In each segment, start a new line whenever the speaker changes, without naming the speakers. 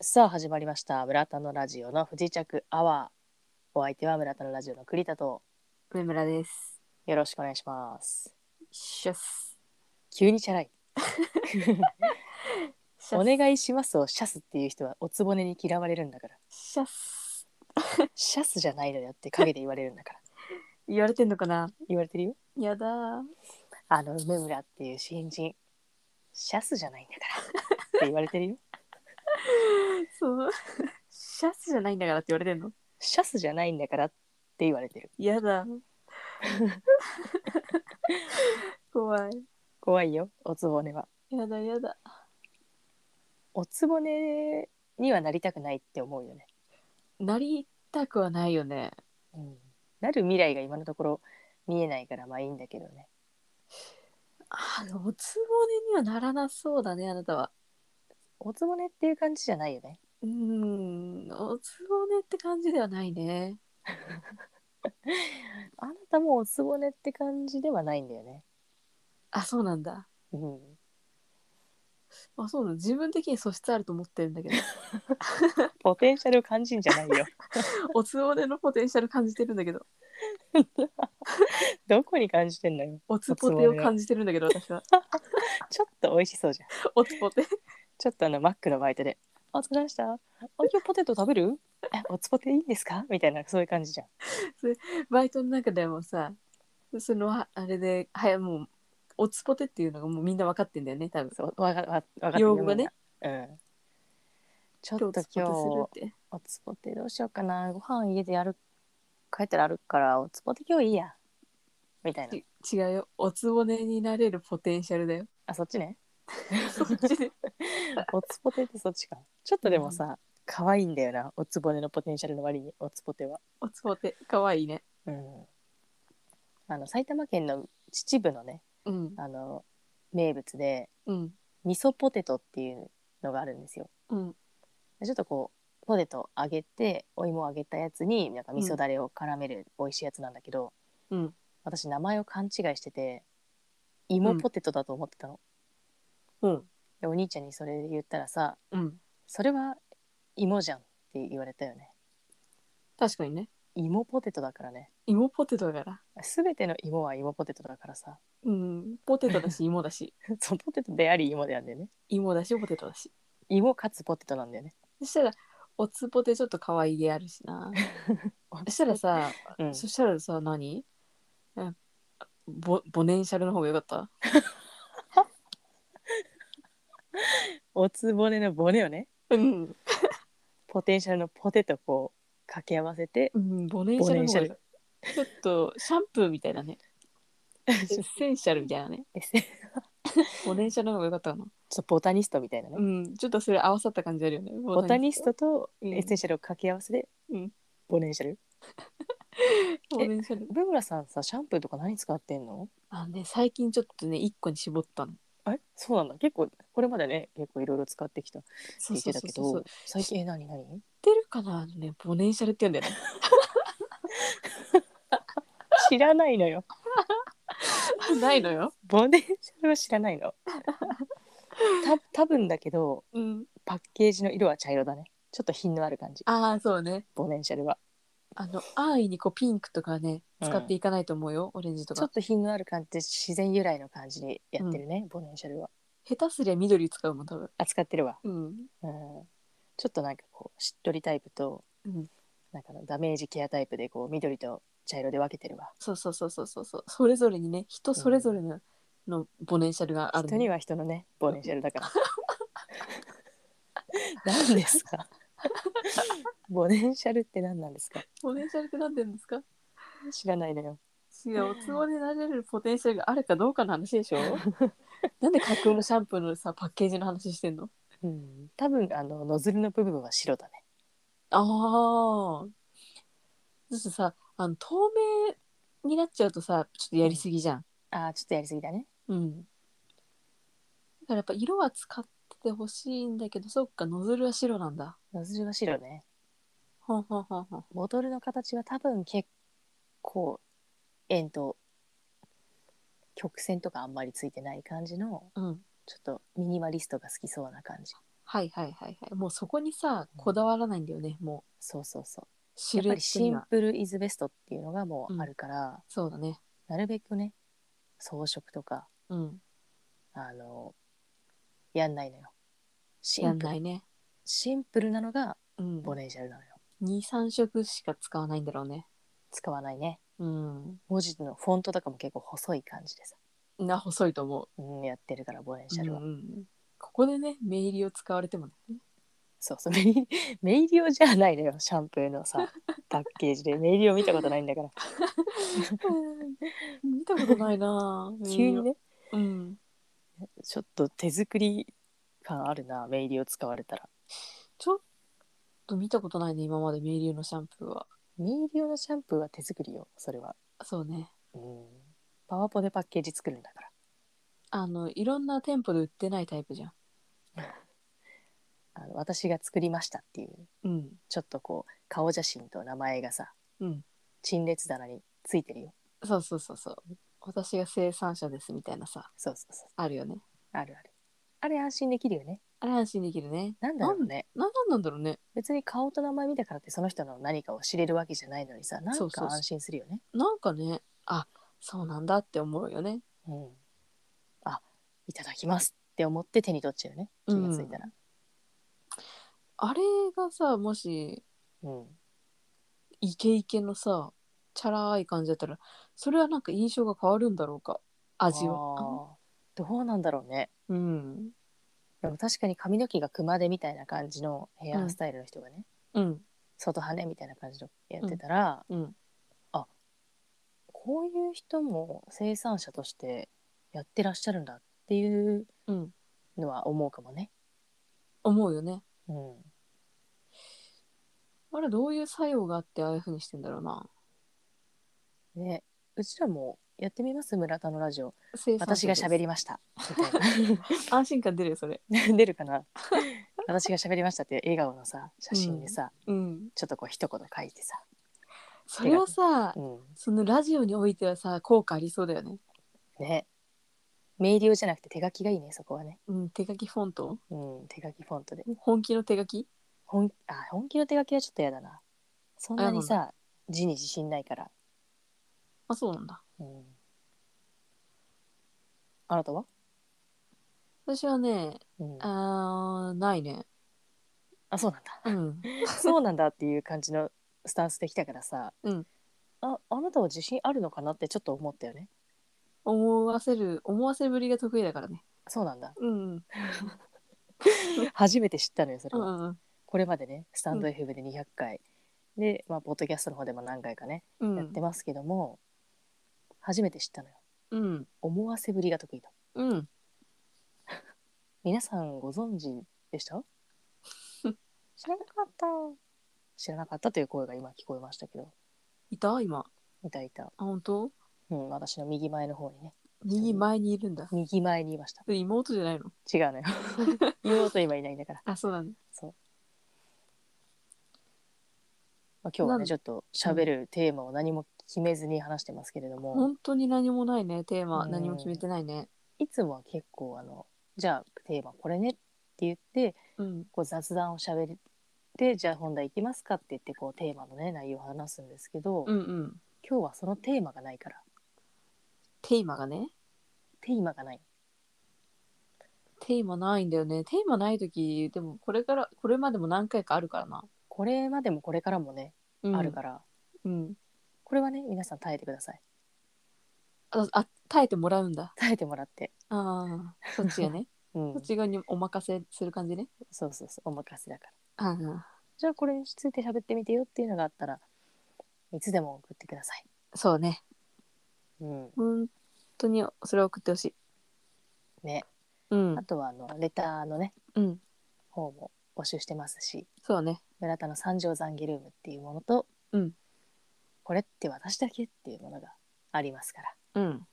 さあ始まりました村田のラジオの不時着アワーお相手は村田のラジオの栗田と
梅村です。
よろしくお願いします
シャス。
急にチャラい
シャ
お
ス。
願いしますをシャスっていう人はおつぼねに嫌われるんだから
シャス。
シャスじゃないのよって陰で言われるんだから
言われてんのかな
言われてるよ
やだー。
あの梅村っていう新人シャスじゃないんだからって言われてるよ
そう。シャスじゃないんだからって言われてんの
シャスじゃないんだからって言われてる
やだー。 怖い。
怖いよおつぼねは
やだやだ。
おつぼねにはなりたくないって思うよね、
なりたくはないよね。
うん、なる未来が今のところ見えないからまあいいんだけどね
あの、おつぼねにはならなそうだね、あなたは。
おつぼねっていう感じじゃないよね。
うーん、おつぼねって感じではないね。
あなたもおつぼねって感じではないんだよね。
あ、そうなんだ。
うん。
あ、そうなの自分的に素質あると思ってるん だけど。
ポテンシャルを感じんじゃない よ。
おつぼねのポテンシャル感じてるんだけど。
どこに感じてんのよ。
おつぽてを感じてるんだけど私は
ちょっと美味しそうじゃん。
おつぽて
ちょっとあのマックのバイトで。お疲れでした。あ、今日ポテト食べるえ、おつぼていいんですかみたいな、そういう感じじゃん。
バイトの中でもさそのああれではいもうおつぽてっていうのがもうみんな分かってんだよね多分
そう、わか、わ、わかってる
用語がね。
うん。ちょ
今
っ
日お
と
つ
今
ぽ
日、
てするって
おつぼてどうしようかな。ご飯家でやる、帰ったらあるから、おつぼて今日いいや。みたいな。
ち違うよおつぼねになれるポテンシャルだよ
あ、そっ ちね。
そっちで
おつぽてってそっちか。ちょっとでもさ、可愛いんだよな。おつぼねのポテンシャルの割に、おつぽては。
おつぽてかわいいね
うん。あの、埼玉県の秩父のね、
うん
あの、名物で、
うん
味噌ポテトっていうのがあるんですよ。
うん
でちょっとこう、ポテト揚げて、お芋を揚げたやつに、なんか味噌だれを絡める美味しいやつなんだけど、
うん
私、名前を勘違いしてて、芋ポテトだと思ってたの。
うん
でお兄ちゃんにそれ言ったらさ、
うん
それは芋じゃんって言われたよね。
確かにね
芋ポテトだからね
芋ポテトだから
全ての芋は芋ポテトだからさ
うんポテトだし芋だし
そうポテトであり芋であるんだよね
芋だしポテトだし
芋かつポテトなんだよね
そしたらおつぽてちょっとかわいげあるし なそしたらさ
うん
そしたらさ何えボボネンシャルの方が良かった
おつぼねの骨をね
うん、
ポテンシャルのポテトこう掛け合わせて
うん、ボネンシャルの方が
ボネンシャル
ちょっとシャンプーみたいなねエッ センシャルみたいなね
ちょっ
ボネンシャルの方が良かったかな
とボタニストみたいなね、
うんちょっとそれ合わさった感じあるよね
ボタニストと
うん
エッセンシャルを掛け合わせて、
うん
ボネンシャル
ボネンシャル
ブムラさんさシャンプーとか何使ってんの
あね最近ちょっとね一個に絞ったの
えそうなんだ結構これまでね結構いろいろ使ってきたって
そ
言
う
って
そう
た
そう
け
そ
ど
う知っ
最近え何何
てるかなあのねボネンシャルって言うんだよね
知らないのよ
ないのよ
ボネンシャルは知らない の。た多分だけど
うん
パッケージの色は茶色だね。ちょっと品のある感じ。
ああそうね
ボネンシャルは。
あの安易にこうピンクとかね
うん
使っていかないと思うよ、オレンジと
ちょ
か
っと品のある感じで自然由来の感じでやってるね、ボネンシャルは。
下手すりゃ緑使うもん多分
扱ってるわ、
うん
うん。ちょっとなんかこうしっとりタイプと、
うん
なんかのダメージケアタイプでこう緑と茶色で分けてるわ。
そうそうそうそうそうそうそれぞれにね人それぞれの,、のボネンシャルがある
人には人のねボネンシャルだから。何ですか ボネンシャルって何なんですか
ボネンシャルってなんて言うんです か
知らないのよ。
違うおつぼねになれるポテンシャルがあるかどうかの話でし ょなんで架空のシャンプーのさパッケージの話してんの
うん、多分あのノズルの部分は白だね。
ああだってさあの透明になっちゃうとさちょっとやりすぎじゃん
ああちょっとやりすぎだね。
うん。だからやっぱ色は使っててほしいんだけど、そっか、ノズルは白なんだ。
ノズルは白ね。
ほんほんほんほん。
ボトルの形は多分結構円と曲線とかあんまりついてない感じの
うん。
ちょっとミニマリストが好きそうな感じ。
はいはいはいはいもうそこにさこだわらないんだよねも
そうそうそうう
シ
やっ
ルエ
ぱり
ット
シ
に
ン
は
プルイズベストっていうのがもうあるから、
そうだね
なるべくね装飾とか
うん
あのやんないのよシ
や
ン
ん
プル
ないね
シンプルなのが
うん
ポテンシャルなのよ
23色しか使わないんだろうね
使わないね
うん
文字のフォントとかも結構細い感じでさ、
な細いと思う
うん、やってるからポテンシャルは、
うんうんうんここでねメイリを使われてもね
そうそうメイメイリオじゃないのよシャンプーの さパッケージでメイリオ見たことないんだから
見たことないなぁ
急にね
うん
ちょっと手作り感あるなメイリオ使われたら
ちょっと見たことないね今までメイリのシャンプーは
メイリオのシャンプーは手作りよそれは、
そうね
うん、パワポでパッケージ作るんだから
あのいろんな店舗で売ってないタイプじゃん
あの私が作りましたっていう
うん
ちょっとこう顔写真と名前がさ
うん
陳列棚についてるよ
そうそうそうそう私が生産者ですみたいなさ
そうそうそう
あるよね
あるあるあれ安心できるよね
あれ安心できるね
なんだろうね
なんなんなんだろうね
別に顔と名前見たからってその人の何かを知れるわけじゃないのにさな
そ
ん
うそ
か
うそう
安心するよね
なんかねあそうなんだって思うよね
うんあいただきますって思って手に取っちゃうよね気がついたら
あれがさもし
うん、
イケイケのさチャラい感じだったらそれはなんか印象が変わるんだろうか味は
あーどうなんだろうね
うん
でも確かに髪の毛が熊手みたいな感じのヘアスタイルの人がね、
うん
外羽みたいな感じのやってたら、
うん
こういう人も生産者としてやってらっしゃるんだっていう
うん
のは思うかもね。
思うよね
うん、
あれどういう作用があってああいうふうにしてんだろうな
ねうちらもやってみます村田のラジオ
生産
私
者
が
です
喋りましたみ
安心感出るよそれ
たいな出るか な私が喋りましたって笑顔のさ写真でさ、
うん
ちょっとこう一言書いてさ、
それはさ
うん、
そのラジオにおいてはさ効果ありそうだよね
ねメール用じゃなくて手書きがいいねそこはね、
うん手書きフォント
うん、手書きフォントで
本気の手書き
本あ本気の手書きはちょっとやだなそんなにさ字に自信ないから、
あそうなんだ
うん、あなたは、
私はね
うん、あ
あーないね
そうなん
う
だ
ん
そうなんだっていう感じのスタンスできたからさ、
うん
ああなたは自信あるのかなってちょっと思ったよね
思わせる思わせぶりが得意だからね
そうなんだ
うんうん
初めて知ったのよそれ
う
は、
んうん
これまでねスタンド
う
FM で200回、で、まあ、ポッドキャストの方でも何回かね、
うん
やってますけども初めて知ったのよ
うん
思わせぶりが得意と
うん
皆さんご存知でした 知らなかった知らなかったという声が今聞こえましたけど
いた今あ
いたいた、
本当
うん、私の右前の方にね
右前にいるんだ
右前にいました
で妹じゃないの
違 うのよ妹今いないんだから、
あそうなんだ
まあ、今日は
な
ね
ん
ちょっと喋るテーマを何も決めずに話してますけれども、
本当に何もないねテーマ
うん
何も決めてないね
いつもは結構あのじゃあテーマこれねって言って
うん
こう雑談を喋ってじゃあ本題いきますかって言ってこうテーマのね内容を話すんですけど、
うんうん
今日はそのテーマがないから
テーマがね
テーマがない
テーマないんだよねテーマない時でもこれからこれまでも何回かあるからな、
これまでもこれからもね、
うん、
あるから
うん
これはね皆さん耐えてください
ああ耐えてもらうんだ
耐えてもらって、
あ あそっちやね
うん
そっ、ち側にお任せする感じね
そうそうそうお任せだから
ああ
じゃあこれについて喋ってみてよっていうのがあったらいつでも送ってください、
そうね
うん、
本当にそれを送ってほしい
ね
うん
あとはあのレターのね
うん
方も募集してますし
そうね
村田の三条懺悔ルームっていうものと、
うん
これって私だけっていうものがありますから
うん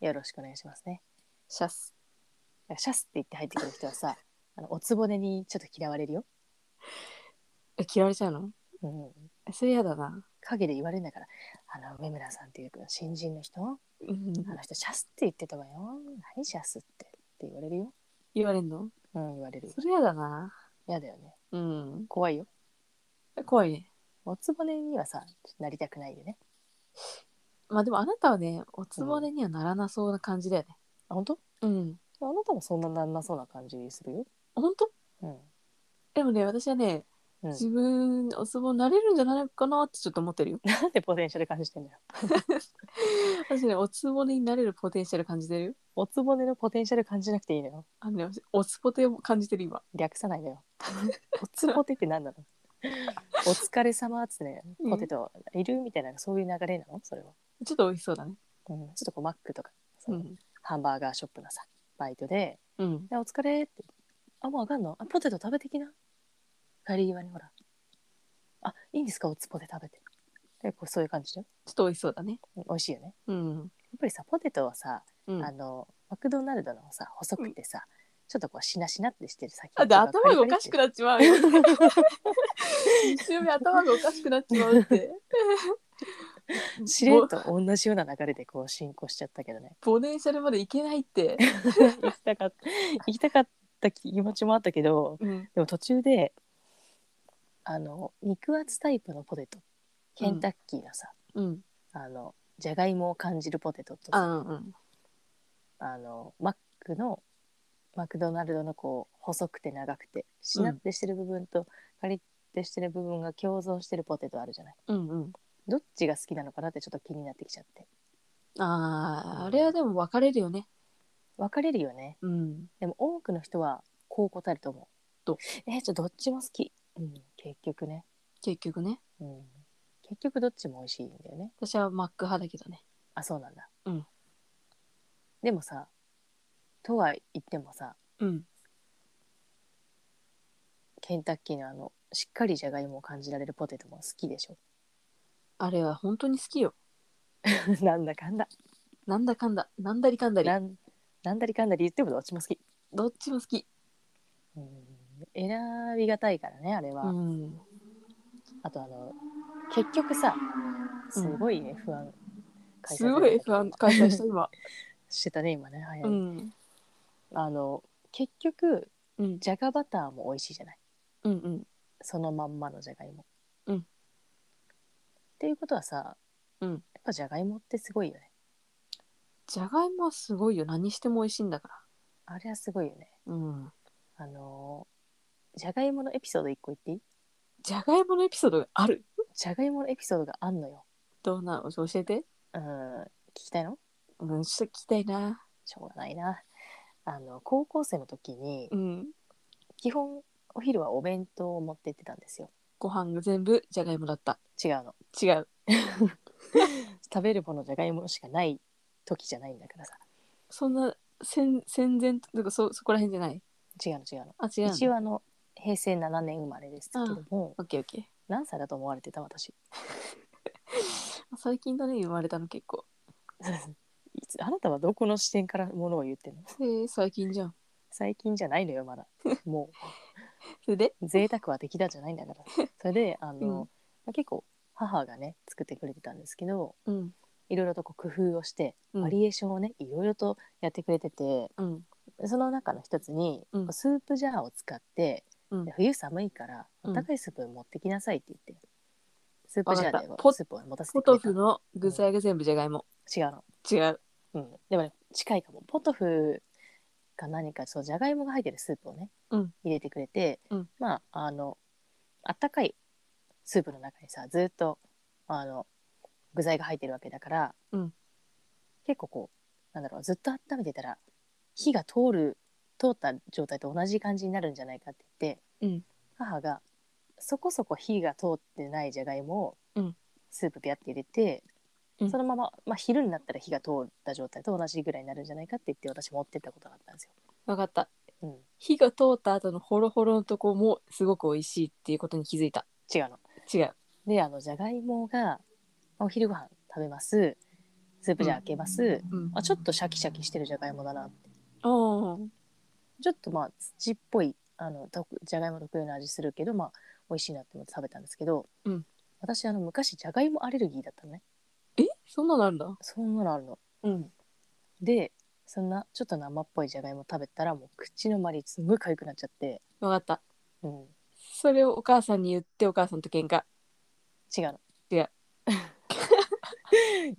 よろしくお願いしますね
シャス
だからシャスって言って入ってくる人はさ あのおつぼねにちょっと嫌われるよ、
え嫌われちゃうの
うん、
えそれやだな
陰で言われるんだから「あの梅村さんっていう新人の人
うん
あの人シャスって言ってたわよ何シャスって」って言われるよ
言われんの
うん、言われるよ
そ。れやだな。
嫌だよね。
うん。
怖いよ。
怖いね。
おつぼねにはさ、なりたくないよね。
まあでもあなたはね、おつぼねにはならなそうな感じだよね。
あ、本当？
うん。
あなたもそんななんなそうな感じするよ。
ほんと
うん。
でもね、私はね、
うん、
自分、おつぼになれるんじゃないかなってちょっと思ってるよ。
なんでポテンシャル感じてんだよ。
私ね、おつぼねになれるポテンシャル感じてるよ。
おつぼねのポテンシャル感じなくていいのよ。
あのね、私おつぼてを感じてる今。
略さないのよ。おつポテって何なのお疲れ様っつってね、
うん
ポテトいるみたいな、そういう流れなのそれは。
ちょっと美味しそうだね。
うん、ちょっとこうマックとか、そうの
ん。
ハンバーガーショップのさ、バイトで、
うん。
でお疲れって。あ、もうあかんのあ、ポテト食べてきな。帰り際にほら。あ、いいんですかおつポテ食べて。結構そういう感じだよ。
ちょっと美味しそうだね。
うん美味しいよね。
うん。
やっぱりさ、ポテトはさ、
うん、
あの、マクドナルドのさ、細くてさ、ちょっとこうしなしなってしてる先
あで頭がおかしく
な
なっちまうよ。 一周目頭がおかしくなっちまうって。
しれっと同じような流れでこう進行しちゃったけど ね。
ポテンシャルまでいけないって。
行きたかった、行きたかった気持ちもあったけど、
うん。
でも途中で、あの、肉厚タイプのポテト、ケンタッキーのさ、
うん。
あのじゃがいもを感じるポテトと
あ
さ
うんうん。
あのマックのマクドナルドのこう細くて長くてしなってしてる部分とカリッてしてる部分が共存してるポテトあるじゃない
うんうん。
どっちが好きなのかなってちょっと気になってきちゃって
ああ、あれはでも分かれるよね。
分かれるよね
うん。
でも多くの人はこう答えると思う
ど
えじゃあどっちも好き、うん、結局ね、
結局ね。
うん、結局どっちも美味しいんだよね
私はマック派だけどね。
あそうなんだ
うん
でもさとは言ってもさ
うん。
ケンタッキーのあのしっかりじゃがいもを感じられるポテトも好きでしょ
あれは本当に好きよ。
なんだかんだ
なんだかんだ、なんだりかんだり。
なんなんだりかんだり言ってもどっちも好き
どっちも好き。
うん選びがたいからねあれは、
うん。
あとあの結局さすごいね、不安開催
すごい F1 開催した今。
してたね今ね早い、
うん。
あの結局
うん。
じゃがバターも美味しいじゃない
うんうん。
そのまんまのじゃがいも
うん
っていうことはさ、
うん
やっぱじゃがいもってすごいよね
じゃがいもはすごいよ。何しても美味しいんだか
あれはすごいよね
ら。うん。
あのーじゃがいものエピソード1個言っていい
じゃがいものエピソードがある
じゃがいものエピソードがあんのよ。
どんな教えて
うん、聞きたいの
うんちょっと聞きたいな
しょうがないな。あの、高校生の時に、
うん
基本お昼はお弁当を持って行ってたんですよ。
ご飯が全部じゃがいもだった
違うの。
違う
食べるものじゃがいもしかない時じゃないんだからさ。
そんな戦戦前とかそそこら辺じゃない
違うの違うの。
あ違う
一
の
応あの、平成7年生まれですけども、
オッケーオッケー
何歳だと思われてた私。
最近だね生まれたの結構
いつあなたはどこの視点からものを言ってんの
えー、最近じゃん
最近じゃないのよ、まだ。もう。
それで
贅沢はできたじゃないんだから それであ
うん
の、まあ結構母がね作ってくれてたんですけど
うん
いろいろとこう工夫をして
うん
バリエーションをねいろいろとやってくれてて
うん
その中の一つに、
うん
スープジャーを使って、
うん
で冬寒いから
うん
温かいスープ持ってきなさいって言って、スープジャ
わかっ
ー
た
で
ポ
スープを持たせて
ポ
く
ト
れた
フの具材が全部じゃがいも
違うの、
違う
うん、でもね近いかもポトフか何かそうじゃがいもが入ってるスープをね、
うん
入れてくれて、
うん
まああのあったかいスープの中にさずっとあの具材が入ってるわけだから、
うん
結構こうなんだろうずっと温めてたら火が通る通った状態と同じ感じになるんじゃないかって言って、
うん
母がそこそこ火が通ってないじゃがいも
う
を
ん
スープピャって入れて、
うん
そのまま、まあ、昼になったら火が通った状態と同じぐらいになるんじゃないかって言って私持ってったことがあったんですよ。
わかった
うん、
火が通った後のホロホロのとこもすごく美味しいっていうことに気づいた
違うの。
違う
であのじゃがいもがお昼ご飯食べますスープじゃあ開けます、
うん
あちょっとシャキシャキしてるじゃがいもだなって
おー
ちょっとまあ土っぽいあのとじゃがいも特有の味するけどまあ美味しいなって思って食べたんですけど、
うん
私あの昔じゃがいもアレルギーだったのね
えそんなのあるんだ
そんなのあるの。
うん
でそんなちょっと生っぽいじゃがいも食べたらもう口の周りすごい痒くなっちゃって、
分かった
うん、
それをお母さんに言ってお母さんと喧嘩
違うの
違う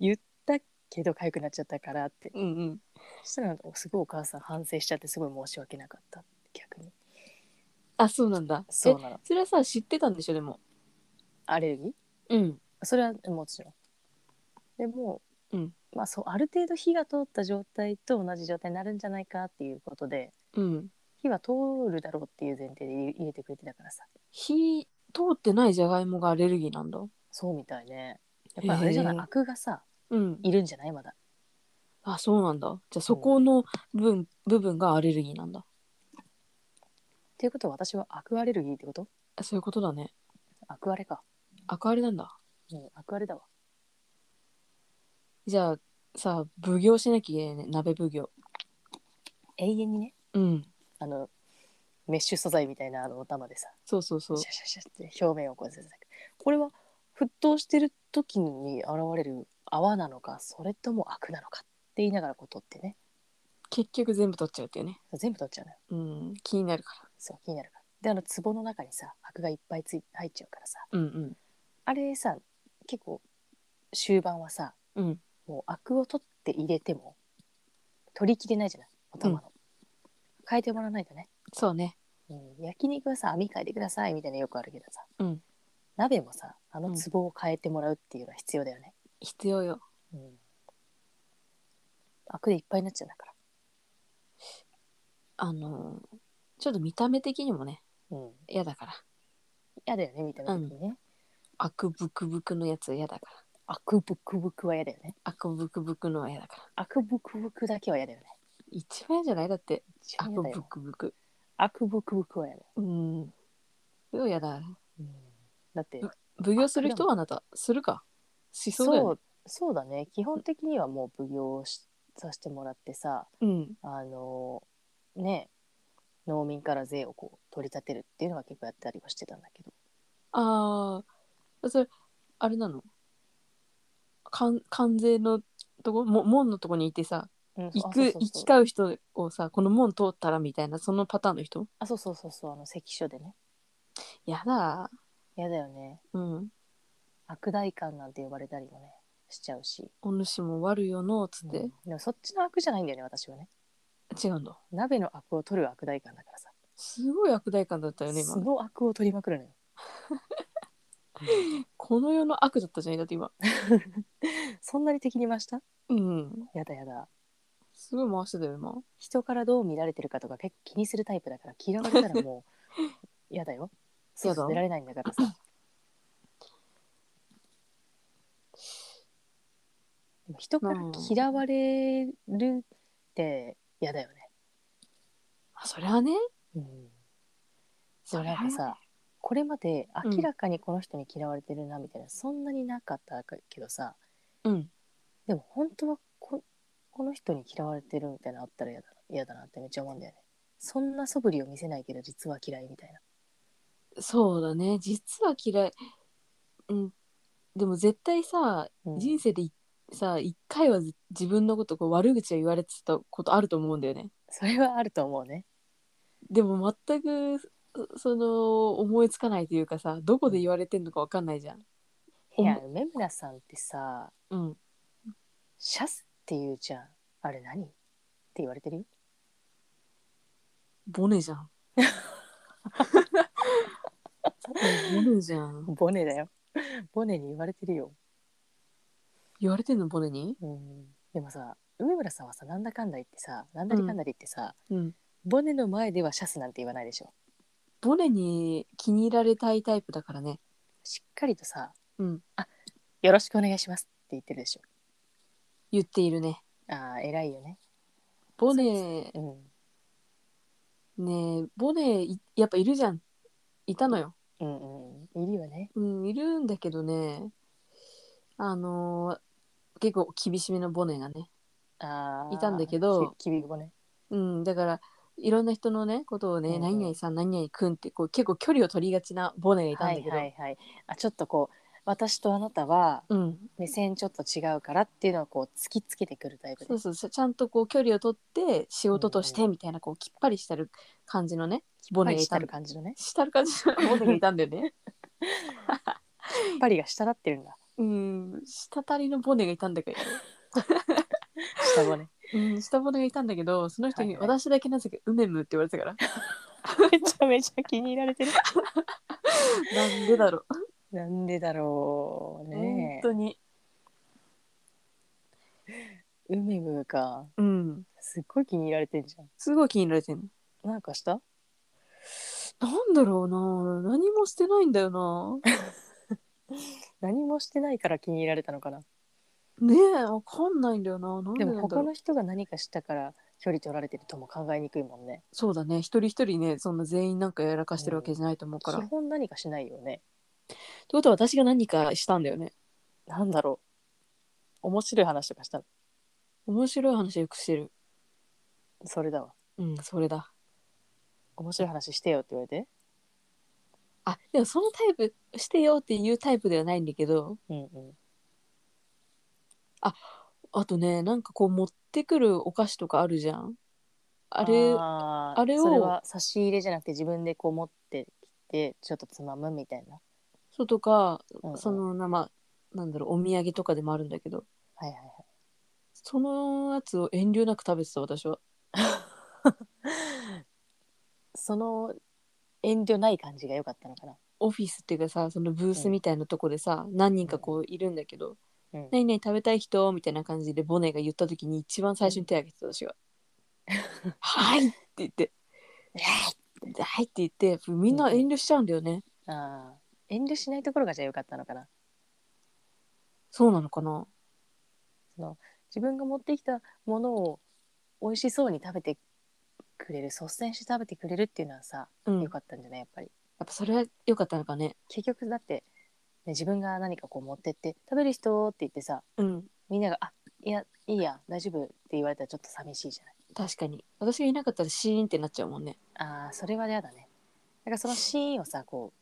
言ったけど痒くなっちゃったからって
うんうん
そしたらすごいお母さん反省しちゃってすごい申し訳なかった逆に
あそうなんだ
そう
え
なの
それはさ知ってたんでしょでも
アレルギー
うん
それはもちろんでも、
うん
まあ、そうある程度火が通った状態と同じ状態になるんじゃないかっていうことで
うん
火は通るだろうっていう前提で入れてくれてたからさ
火通ってないじゃがいもがアレルギーなんだ
そうみたいねやっぱりあれじゃない
へえ
アクがさ
うん
いるんじゃないまだ
あそうなんだじゃあそこの部分,、部分がアレルギーなんだ
っていうことは私はアクアレルギーってこと
あそういうことだね
アクアレか、
アクアレなんだ
うん、アクアレだわ
じゃあさ奉行しなきゃいけないね鍋奉行
永遠にね
うん
あのメッシュ素材みたいなあのお玉でさ
そうそうそう
シャシャシャって表面をこうずっとこれは沸騰してる時に現れる泡なのかそれとも悪なのかって言いながらこう取ってね
結局全部取っちゃうっていうね
全部取っちゃうのよ
うん気になるか
そう気になるからであの壺の中にさ悪がいっぱいつい入っちゃうからさ
らうん
あれさ結構終盤はさ
うんうん
もうアクを取って入れても取りきれないじゃないお玉の、変えてもらわないとね、
そうね
うん、焼肉はさ網変えてくださいみたいなのよくあるけどさ、
うん
鍋もさあ
う
の
ん
壺を変えてもらうっていうのは必要だよね、
必要よ
うん、悪でいっぱいになっちゃうんだか
あのーちょっと見た目的にもね
らうん
嫌だから
嫌だよねみたいな時にね、
アクブクブクのやつは嫌だから
悪ブクブクは嫌だよね
アクブクブクのは嫌だから
悪ブクブクだけは嫌だよね
一番嫌じゃないだって
一
ア
番
ク
嫌だ
ブ
よ
クブク
悪ブクブクは嫌だよ、
うんすごい嫌だ
うん、だって
奉行する人はあなたするかしそうだよ、ね、
そうそうだね基本的にはもう奉行をしさせてもらってさ
うん
あのね農民から税をこう取り立てるっていうのは結構やったりはしてたんだけど
ああ、それ、あれなの関関税のとこ、も門のとこにいてさ、
うん
行
あ
く、
そうそう
行き
そう
交う人をさ、この門通ったらみたいな、そのパターンの人
あそうそうそうそうあの関所でね
やだ
嫌だよね
ー。うん。
悪代官なんて呼ばれたりもねしちゃうし、
お主も悪よの、つって。
うんでもそっちの悪じゃないんだよね私はね
違うんだ。
鍋の悪を取る悪代官だからさ
すごい悪代感だったよね、
そ
今。
の悪を取りまくるのよ
この世の悪だったじゃないだって今。
そんなに敵に回した
うん。
やだやだ
すごい回してたよ、今。
人からどう見られてるかとか結構気にするタイプだから嫌われたらも う嫌だよ
やだ
外出られないんだから さでも人から嫌われるって嫌だよね、
あ、それはね。
うん、でもなんか
それは
さこれまで明らかにこの人に嫌われてるなみたいな、そんなになかったけどさ
うん。
でも本当はここの人に嫌われてるみたいなのあったら嫌だ嫌だなってめっちゃ思うんだよねそんな素振りを見せないけど実は嫌いみたいな
そうだね。実は嫌い。うん。でも絶対さ、
うん
人生でいさ一回はず自分のことこう悪口を言われてたことあると思うんだよね
それはあると思うね
でも全くそその思いつかないというかさどこで言われてんのかわかんないじゃん
いや
う
梅村さんってさ
うん
「シャス」って言うじゃんあれ何って言われてるよ
ボネじゃんボネじゃん
ボネだよボネに言われてるよ、
言われてんのボネに
うん、でもさ梅村さんはさなんだかんだ言ってさなんだりかんだり言ってさ、
うん
ボネの前では「シャス」なんて言わないでしょ
ボネに気に入られたいタイプだからね
しっかりとさ
うん
「よろしくお願いします」って言ってるでしょ
言っているね
あー偉いよね
ボネ
うん
ねえボネいやっぱいるじゃんいたのよ
うんうんうんいるよね
うんいるんだけどねあのー結構厳しめのボネがね
あー
いたんだけど
ききびごね
うんだからいろんな人のねことをね、
うんうん
何々さん何々くんってこう結構距離を取りがちなボネがいたんだけど、
はいはいはいあちょっとこう私とあなたは
うん、
目線ちょっと違うからっていうのをこう突きつけてくるタイプ
そ
で
うそうちゃちゃんとこう距離を取って仕事とし
うん
てみたいなこうきっぱりしてる感じのね
きっ
ボ
ぱ
ネが
り
い
したた
る
る感じのね
したる感じのボネがいたんだよね
きっぱりが下だってるんだ
うんしたたりのボネがいたんだけど
下骨
うん、下骨がいたんだけどその人に
はいはい
私だけなぜか「うめむ」って言われてたから
めちゃめちゃ気に入られてる
なんでだろ
なんでだろう
う、
ね
本当に
うめむか
うん
すっごい気に入られてんじゃ
すごい気に入られてんの
んなんかした
なんだろうな何もしてないんだよ な
何もしてないから気に入られたのかな
ねえわかんないんだよななん
で
でなんだろ
も
う
他の人が何かしたから距離取られてるとも考えにくいもんね
そうだね一人一人ねそんな全員なんかやらかしてるわけじゃないと思う
基
から、って
本何かしないよね
ことは私が何かしたんだよね
なんだろう面白い話とかしたの
面白い話よくしてる
それだわ
うんそれだ
面白い話してよって言われて
あでもそのタイプしてよっていうタイプではないんだけど
うんうん
あとねなんかこう持ってくるお菓子とかあるじゃんあれ
あー
あれを
それは差し入れじゃなくて自分でこう持ってきてちょっとつまむみたいな、
そうとか
うんうん
そのなまあなんだろうお土産とかでもあるんだけど
はいはいはい
そのやつを遠慮なく食べてた私は
その遠慮ない感じが良かったのかな、
オフィスっていうかさそのブースみたいなとこでさ、何人かこういるんだけど
うん
「何々食べたい人?」みたいな感じでボネが言った時に一番最初に手を挙げてた私は「はい!」って言って「はい!」って言ってみんな遠慮しちゃうんだよね
あー遠慮しないところがじゃあ良かったのかな
そうなのかな
自分が持ってきたものを美味しそうに食べてくれる率先して食べてくれるっていうのはさ
うん
良
やっ
かったんじゃないやっぱり
ぱそれは良かったのかね
結局だって、ね、自分が何かこう持ってって「食べる人?」って言ってさ
うん
みんなが「あいやいいや大丈夫」って言われたらちょっと寂しいじゃない
確かに私がいなかったらシーンってなっちゃうもんね
あーそれは嫌だねだからそのシーンをさこ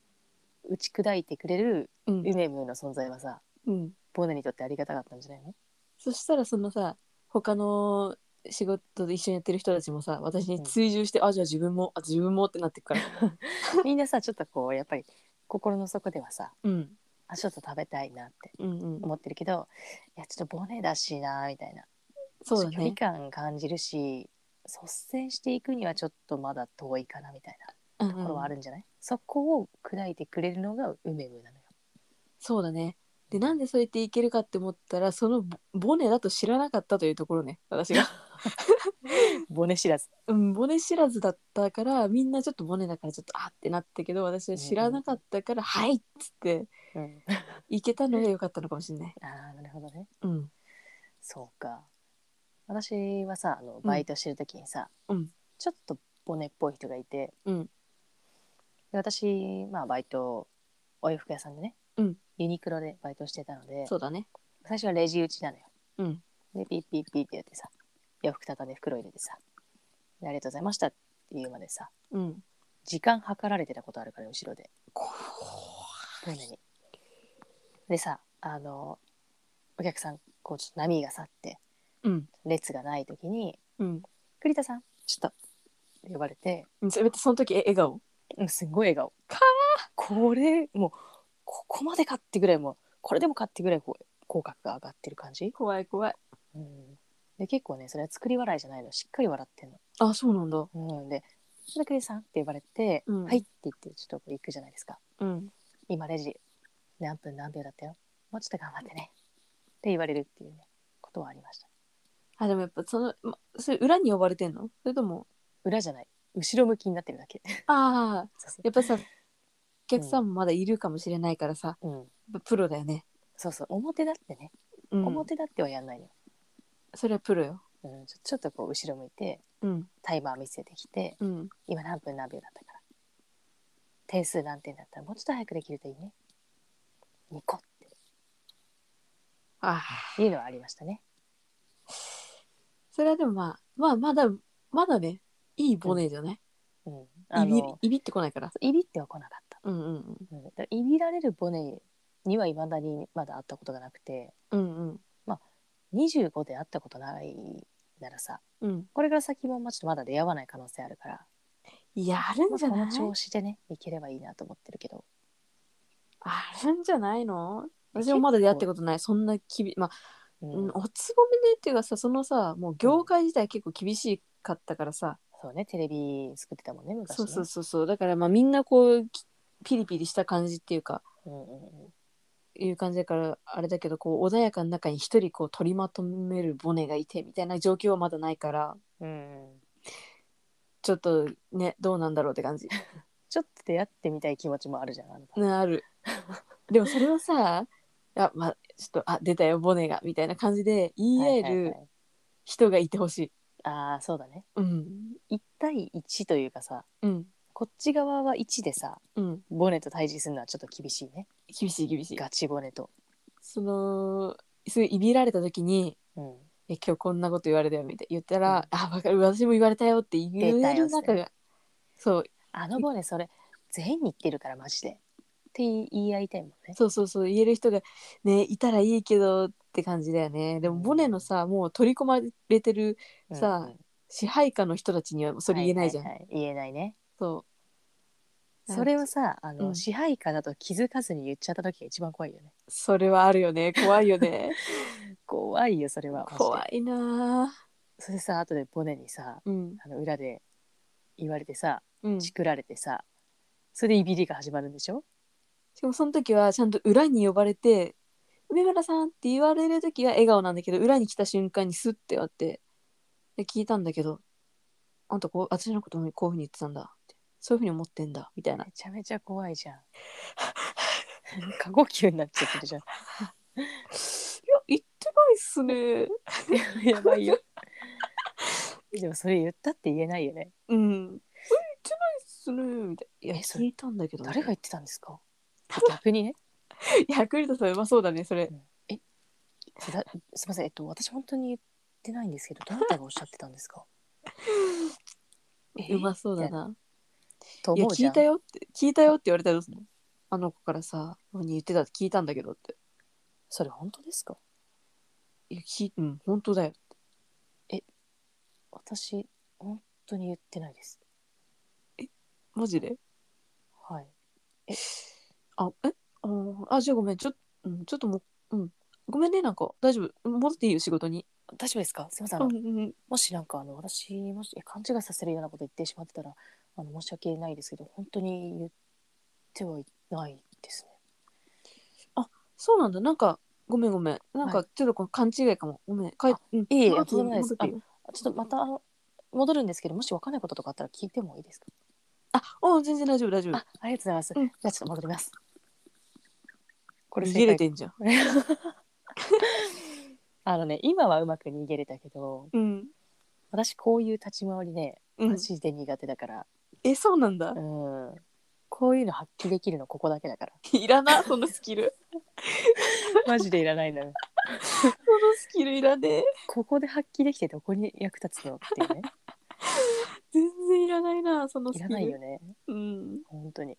う打ち砕いてくれる
うん
ウメムーの存在はさ
うん
ボネにとってありがたかったんじゃないの
そしたらそのさ他の仕事で一緒にやってる人たちもさ私に追従して、あじゃあ自分もあ自分もってなってくから
みんなさちょっとこうやっぱり心の底ではさ
うん
あちょっと食べたいなって
うんうん
思ってるけどいやちょっとボネだしなみたいな
そうだ
距離
ね
感感じるし率先していくにはちょっとまだ遠いかなみたい
うん
なところはあ
うん
るんじゃない、そこを砕いてくれるのがウメムーなのよ
そうだねでなんでそう言っていけるかって思ったらそのボボネだと知らなかったというところね私が、
ボネ知らず
うん、ボネ知らずだったからみんなちょっとボネだからちょっとあってなったけど私は知らなかったから「はい!」っつって
うん
いけたのが良かったのかもしれない、
ああなるほどね
うん、
そうか私はさあのバイトしてる時にさ、
うん
ちょっとボネっぽい人がいて、
うん
で私、まあ、バイトお洋服屋さんでね、
うん
ユニクロでバイトしてたので
そうだね
最初はレジ打ちなのよ
うん
でピッピッピッってやってさ洋服畳んで袋入れてさでありがとうございましたって言うまでさ
うん
時間計られてたことあるから後ろで
こ
ボネにでさあのお客さんこうちょっと波が去って
ううん
列がない時に
うん
栗田さんちょっと呼ばれて、
それってその時え笑顔
うん、すんごい笑顔これもうここまでかってぐらいもうこれでもかってぐらいこう口角が上がってる感じ、
怖い怖い
うん、で結構ねそれは作り笑いじゃないのしっかり笑ってん
あそうなんだ
の、うん、で「ちょっと栗さん」って呼ばれて「
うん
はい」って言ってちょっと行くじゃないですか
うん
「今レジ何分何秒だったよもうちょっと頑張ってね」って言われるっていうねことはありました
あでもやっぱその、ま、それ裏に呼ばれてんのそれとも
裏じゃない後ろ向きになってるだけ
ああ
そうそ
やっぱさお客さんもまだいるかもしれないからさ、
う、うん、
やっぱプロだよね、
そうそう表だってね
うん、
表だってはやんないのよ、
それはプロよ、
うん、ちょちょっとこう後ろ向いて
うん
タイマー見せてきて
うん、
今何分何秒だったから点数何点だったらもうちょっと早くできるといいねニコっ
ああ
ていうのはありましたね
それはでもまあまあまだまだねいいボネじゃない、
うんあ
いび
の
いびってこないから
いびっては来なかっ
うんうんうん
た、うん、だからいびられるボネにはいまだにまだ会ったことがなくて
うんうん
25で会ったことないならさ
うん
これから先もまあちょっとまだ出会わない可能性あるから、
やるんじゃ
ま
な
あこの調
い
子でねいければいいなと思ってるけど
あるんじゃないの私もまだ出会ったことないそんなきびまあ、
う
うん
ん、
おつぼみねっていうかさそのさもう業界自体結構厳しかったからさ、
そうねテレビ作ってたもんね昔ね
そうそうそうそうだからまあみんなこうきピリピリした感じっていうか
うんうんうん
いう感じだからあれだけどこう穏やかな中に一人こう取りまとめるボネがいてみたいな状況はまだないから
うんうん
ちょっとねどうなんだろうって感じ
ちょっと出会ってみたい気持ちもあるじゃんあなた
ね あるでもそれをさあまあちょっとあ出たよボネがみたいな感じで言い合え
はいはい
る
はい
人がいてほしい,、
ああそうだね
うん
1対1というかさ
うん
こっち側は1でさ
うん
ボネと対峙するのはちょっと厳しいね
厳しい厳しい
ガチボネと、
そのすごいいびられた時に
うん、
「え今日こんなこと言われたよ」みたいな言ったら「あわかる私も言われたよ」って言える中がそう
あのボネそれ全員に言ってるからマジでって言い合いたいもんね
そうそうそう言える人がねいたらいいけどって感じだよねでもボネのさもう取り込まれてる
うん
さあ
うん
支配下の人たちにはそれ言えないじゃん、
はははい言えないね
そ
それをさあの、
うん
支配下だと気づかずに言っちゃった時が一番怖いよね
うそれはあるよね怖い よね
怖いよそれはマジで
怖いなあ
それでさ後でボネにさ
うん
あの裏で言われてさ
うん
チ
し
クられてさそれでいびりが始まるんでしょ
かもその時はちゃんと裏に呼ばれて「梅村さん」って言われる時は笑顔なんだけど裏に来た瞬間にスッてあってで聞いたんだけど「あんたこう私のことこういうふうに言ってたんだ」ってそういうふうに思ってんだみたいな
めちゃめちゃ怖いじ ゃん過呼吸になっちゃってる じゃん
いや、言ってないっすね。
やばいよ。でもそれ言ったって言えないよね。
うん。言ってないっすね。みたいな。いや、
えそれ
聞いたんだけど。
誰が言ってたんですか。逆にね。
ヤクルトさん、うまそうだね、それ。
すだすみません。えっと私本当に言ってないんですけど、どなたがおっしゃってたんです か。え
うまそうだな。
と
いや、
思うじ
聞
ゃ
い
ん
た。よって、聞いたよって言われたらどうすんのあの子からさ、こういうふうに言ってたって聞いたんだけどって。
それ本当ですか。
いや、聞いうん、本当だよ。
私本当に言ってないです。
マジで
はい。
あ、えあーあ、じゃあごめん、ちょっと、うん、ちょっともう、うん。ごめんね、なんか、大丈夫。戻っていいよ、仕事に。
大丈夫ですか。すみません。あ
う
の
ん、うん。
もしなんかあの私もしえ勘違いさせるようなこと言ってしまってたらあの申し訳ないですけど本当に言ってはいないですね。
そうなんだ。なんか、ごめんごめん。なん
は
か、ちょっとこの勘違いかも。ごめん。かい、うん。
いえいえ
戻っ
とんでもないです
戻っていいよ
ちょっとまたあの戻るんですけどもし分かんないこととかあったら聞いてもいいですか。
あ、うん、全然大丈夫、大丈夫
あ。、ありがとうございます。
うん
じゃあちょっと戻ります。これ
逃
正
げれ
解。
てんじゃん。
あのね、今はうまく逃げれたけど、
うん。
私こういう立ち回りね、
うん
マ、ジで苦手だから、
え、そうなんだ
う。ん、こういうの発揮できるのここだけだから、
いらな、そのスキル。
マジでいらないのよ。
そのスキルいらねえ。
ここで発揮できてどこに役立つのって いうね、
全然いらないな、その
い
スキル。
らないよね、
うん。
本当に。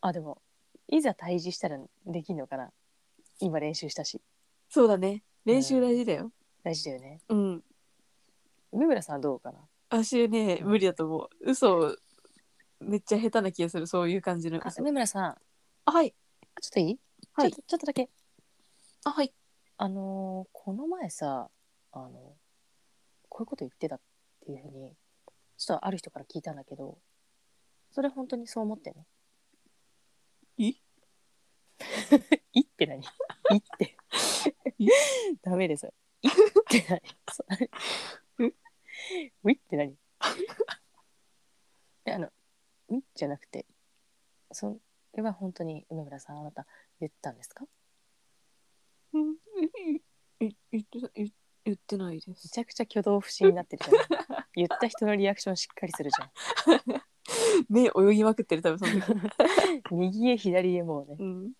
あ、でも、いざ対峙したらできるのかな。今練習したし、
そうだね。練習大事だよ。
大事だよね。
うん。
梅村さんはどうかな。
私ね、無理だと思う。嘘。めっちゃ下手な気がする、そういう感じの
あ、
嘘。
梅村さん、
あ、はい。
あちょっといい、
はい
ちょっとちょっとだけ
あ、はい。
あのーこの前さあのこういうこと言ってたっていうふうにちょっとある人から聞いたんだけどそれ本当にそう思ってんの
い。
いって何いって
い
ダメですいって何そいって何いやあのいじゃなくてそれは本当に梅村さんあなた言ったんですか
うん。いい言ってない言言ってないで
め
す。
ちゃくちゃ挙動不審になってるじゃん言った人のリアクションしっかりするじゃん
目泳ぎまくってる、多分その 時。
右へ左へもうね
うん。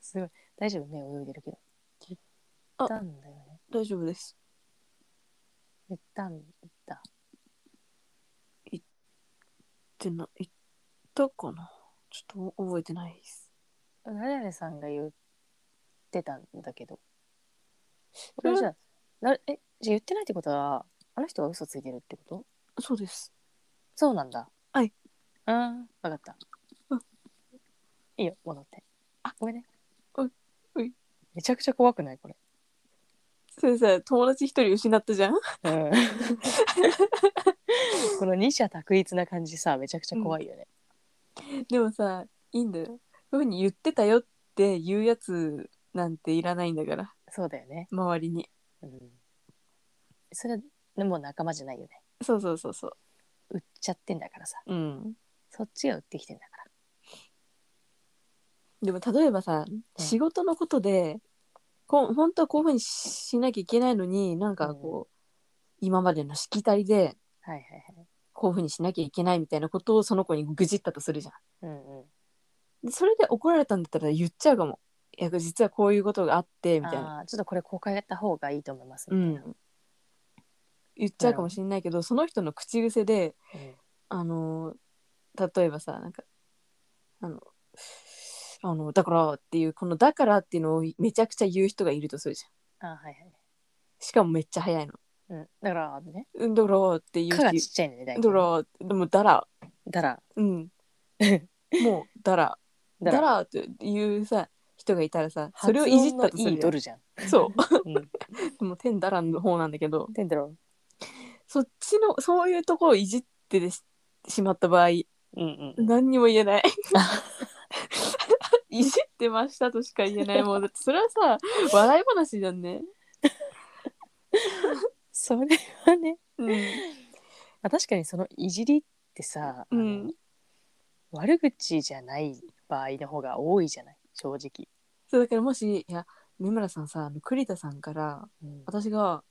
すごい大丈夫目泳いでるけど言ったんだよね
大丈夫です。
言ったんだ
言ってな、言ったかな。ちょっと覚えてないです。
誰々さんが言ってたんだけど
れは
俺じゃあなえじゃあ言ってないってことはあの人が嘘ついてるってこと
そうです。
そうなんだ
はい
うん分かった
うん
いいよ戻ってあごめんね
うんうん
めちゃくちゃ怖くないこれ
それさ、友達一人失ったじゃん
うん この二者択一な感じさめちゃくちゃ怖いよね、
でもさ、いいんだよ。そういうふうに言ってたよって言うやつなんていらないんだから、
そうだよね、
周りに。
うん、それでも仲間じゃないよね
そうそうそうそ
売っちゃってんだからさ
う。うん。
そっちが売ってきてんだから
でも例えばさ、仕事のことでこう本当はこういうふうにしなきゃいけないのになんかこう、今までのしきたりで
はいはいはい。
こういうふうにしなきゃいけないみたいなことをその子に愚痴ったとするじゃ
うんうん。
ん。でそれで怒られたんだったら言っちゃうかも。いや実はこういうことがあってみたいな。
ああー、ちょっとこれ公開やった方がいいと思います
う
みたいな。
ん、言っちゃうかもしれないけどその人の口癖で
うん
あのー例えばさなんかあのあのだからっていうこの「だから」っていうのをめちゃくちゃ言う人がいるとするじゃん。
あーはいはい。
しかもめっちゃ早いの。
うん。だからね、
うんドローって言う
かがちっ
し、
ちゃいんで大
ド
体。
ローって、でもダラ、
だら、
うん、もうダラ、
だ
ダ
ら、
ラっていうさ、人がいたらさ、そ
それ
れを
を
い
い
じ
じ
っ
ったた
と
と
す
い
る
い
じゃ
ド
ん。
ルじゃん。
そう
うん。
でも天ダラの 方なんだけど、
てんだろ
そっちの、そういうとこをいじってししまった場合、
う。うんうん。
何にも言えない。 いじってましたとしか言えないもんだってそれはさ笑い話じゃんね、
それはね、
うん、
まあ確かにそのいじりってさ、あ
う
の
ん
悪口じゃない場合の方が多いじゃない、正直。
そうだからもしいや三村さんさあの栗田さんから
うん
私が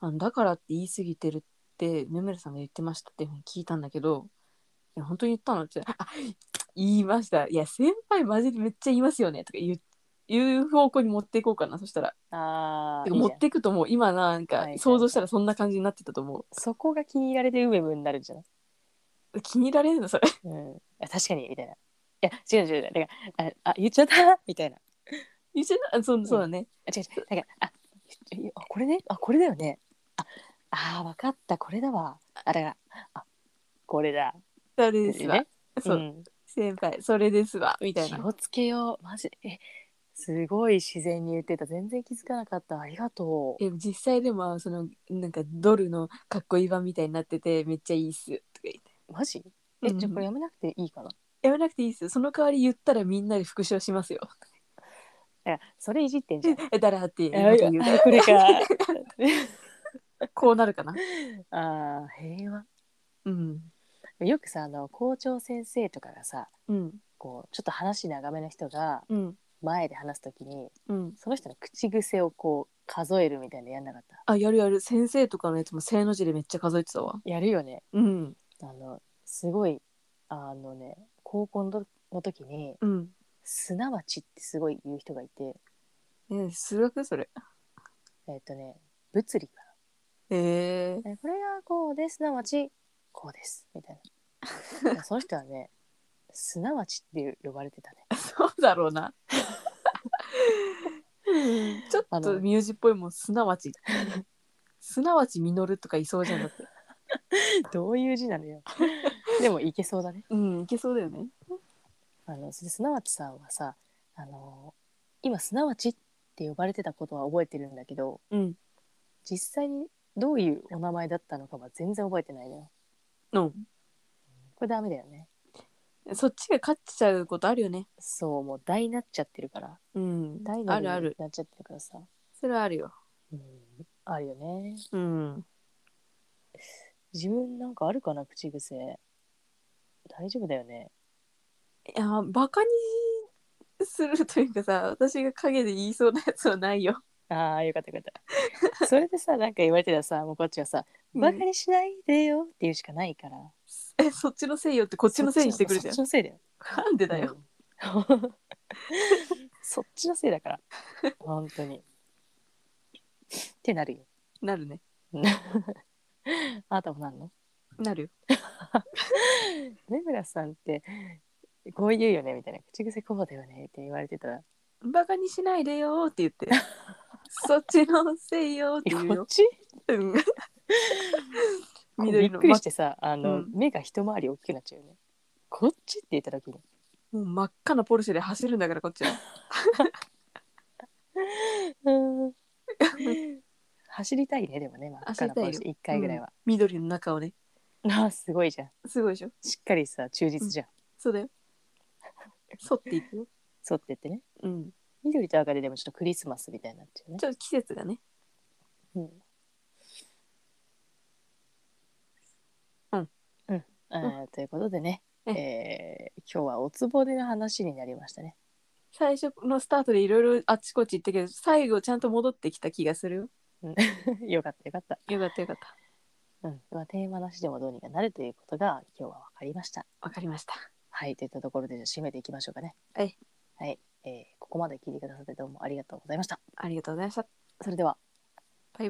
あの「だから」って言い過ぎてるってめめるさんが言ってましたっていうふうに聞いたんだけど「いや本当に言ったの?」って言ったらあ言いましたいや先輩マジでめっちゃ言いますよね」とか言う言う方向に持っていこうかなそしたら
ああ、
てか
いい
持
じゃ
っ
ん
ていくともう今な
は
ん
いはい
か
はい
想像したらそんな感じになってたと思
そこが気に入られてうめむになるんじゃないう
気に入られるのそれ
うん。いや確かに、みたいな。いや、違う違う違う。だから、あ、あ言っちゃったみたいな。
言っちゃなそうそうだね、
あ違う違う。だから、あ、いやあこれね、あ、これだよね。あ、あー、わかった、これだわ。あ、だから、あ、これだ。
それですわ、
ね
そう、
ん、
先輩それですわみたい
気
な
をつけよう。マジ、え、すごい自然に言ってた。全然気づかなかった。ありがとう。
え実際でもそのなんかドルのかっこいい版みたいになっててめっちゃいいっすとか言って
マジえ、じゃあこれ
や
やめなくていいかな。
めなくていいっすよその代わり言ったらみんなで復唱しますよ
だから、それいじってんじゃん。
えだらっていう
あ
また言う
あこれか。
こうなるかな
あー、平和。
うん
よくさ、あの、校長先生とかがさ、
うん
こう、ちょっと話長めの人が
うん
前で話すときに、
うん
その人の口癖をこう数えるみたいなのやんなかった
あやるやる先生とかのやつも正の字でめっちゃ数えてたわ
やるよね
うん
あのすごいあのね高校の時の時に
うん
「すなわち」ってすごい言う人がいて
え数学それ
えっ、とね物理か
え
なえこれがこうですなわちこうですみたい なその人はねすなわちって呼ばれてたね
ー、そうだろうなうんちょ
あ
っと
の
ミュージっぽいもんすなわちすなわち実るとかいそうじゃんだって
どういう字なのよ でもいけそうだね
うんいけそうだよね
あのそれですなわちさんはさあの今すなわちって呼ばれてたことは覚えてるんだけど、
うん
実際にどういうお名前だったのかは全然覚えてないのよ
うん
これダメだよね
そっちが勝っちゃうことあるよね。
そうもう大なっちゃってるから
うん
大
あ
な
るある。
なっちゃってるからさ
それはあるよ。
うんあるよね
うん。
自分なんかあるかな口癖大丈夫だよね
いや、バカにするというかさ、私が陰で言いそうなやつはないよ。
ああよかったよかった それでさなんか言われてたらさもうこっちはさ「
うん
バカにしないでよ」って言うしかないからこ
え、そっちのせいよってこっちのせいにしてくるじゃん
そ。っちのせいだよ
なんでだよ。
うん そっちのせいだから本当にってなるよ
なるね。
あなたもなんの
なるよ。
根村さんってこう言うよねみたいな口癖こうだよねって言われてたら
バカにしないでよーって言って。 そっちのせいよーって言 う
こっ
よ。
ち
うん
こうび
緑
っ
の
くりしてさあの、
うん
目が一回り大きくなっちゃうよねこっちって言った時に
もう真っ赤なポルシェで走るんだからこっちは。
うん走りたいねでもね真っ赤なポルシ
走り
ェ1回ぐらいは、
緑の中をね。
あーすごいじゃん
すごいでしょ。
しっかりさ忠実じゃん、
そうだよ。沿っていくよ。
沿ってってね
うん。
緑と赤ででもちょっとクリスマスみたいになっちゃうね
ちょっと季節がね。
うん。
うん。
うん。あーということでね、
え
えー今日はおつぼねの話になりましたね。
最初のスタートでいろいろあっちこっち行ったけど、最後ちゃんと戻ってきた気がするよ。
よかったよかった。
よかったよかった。
うん。まあ、テーマなしでもどうにかなるということが今日は分かりました。
わかりました。
はい。といったところでじゃあ締めていきましょうかね。
はい。
はい。えーここまで聞いてくださってどうもありがとうございました。
ありがとうございました。
それでは。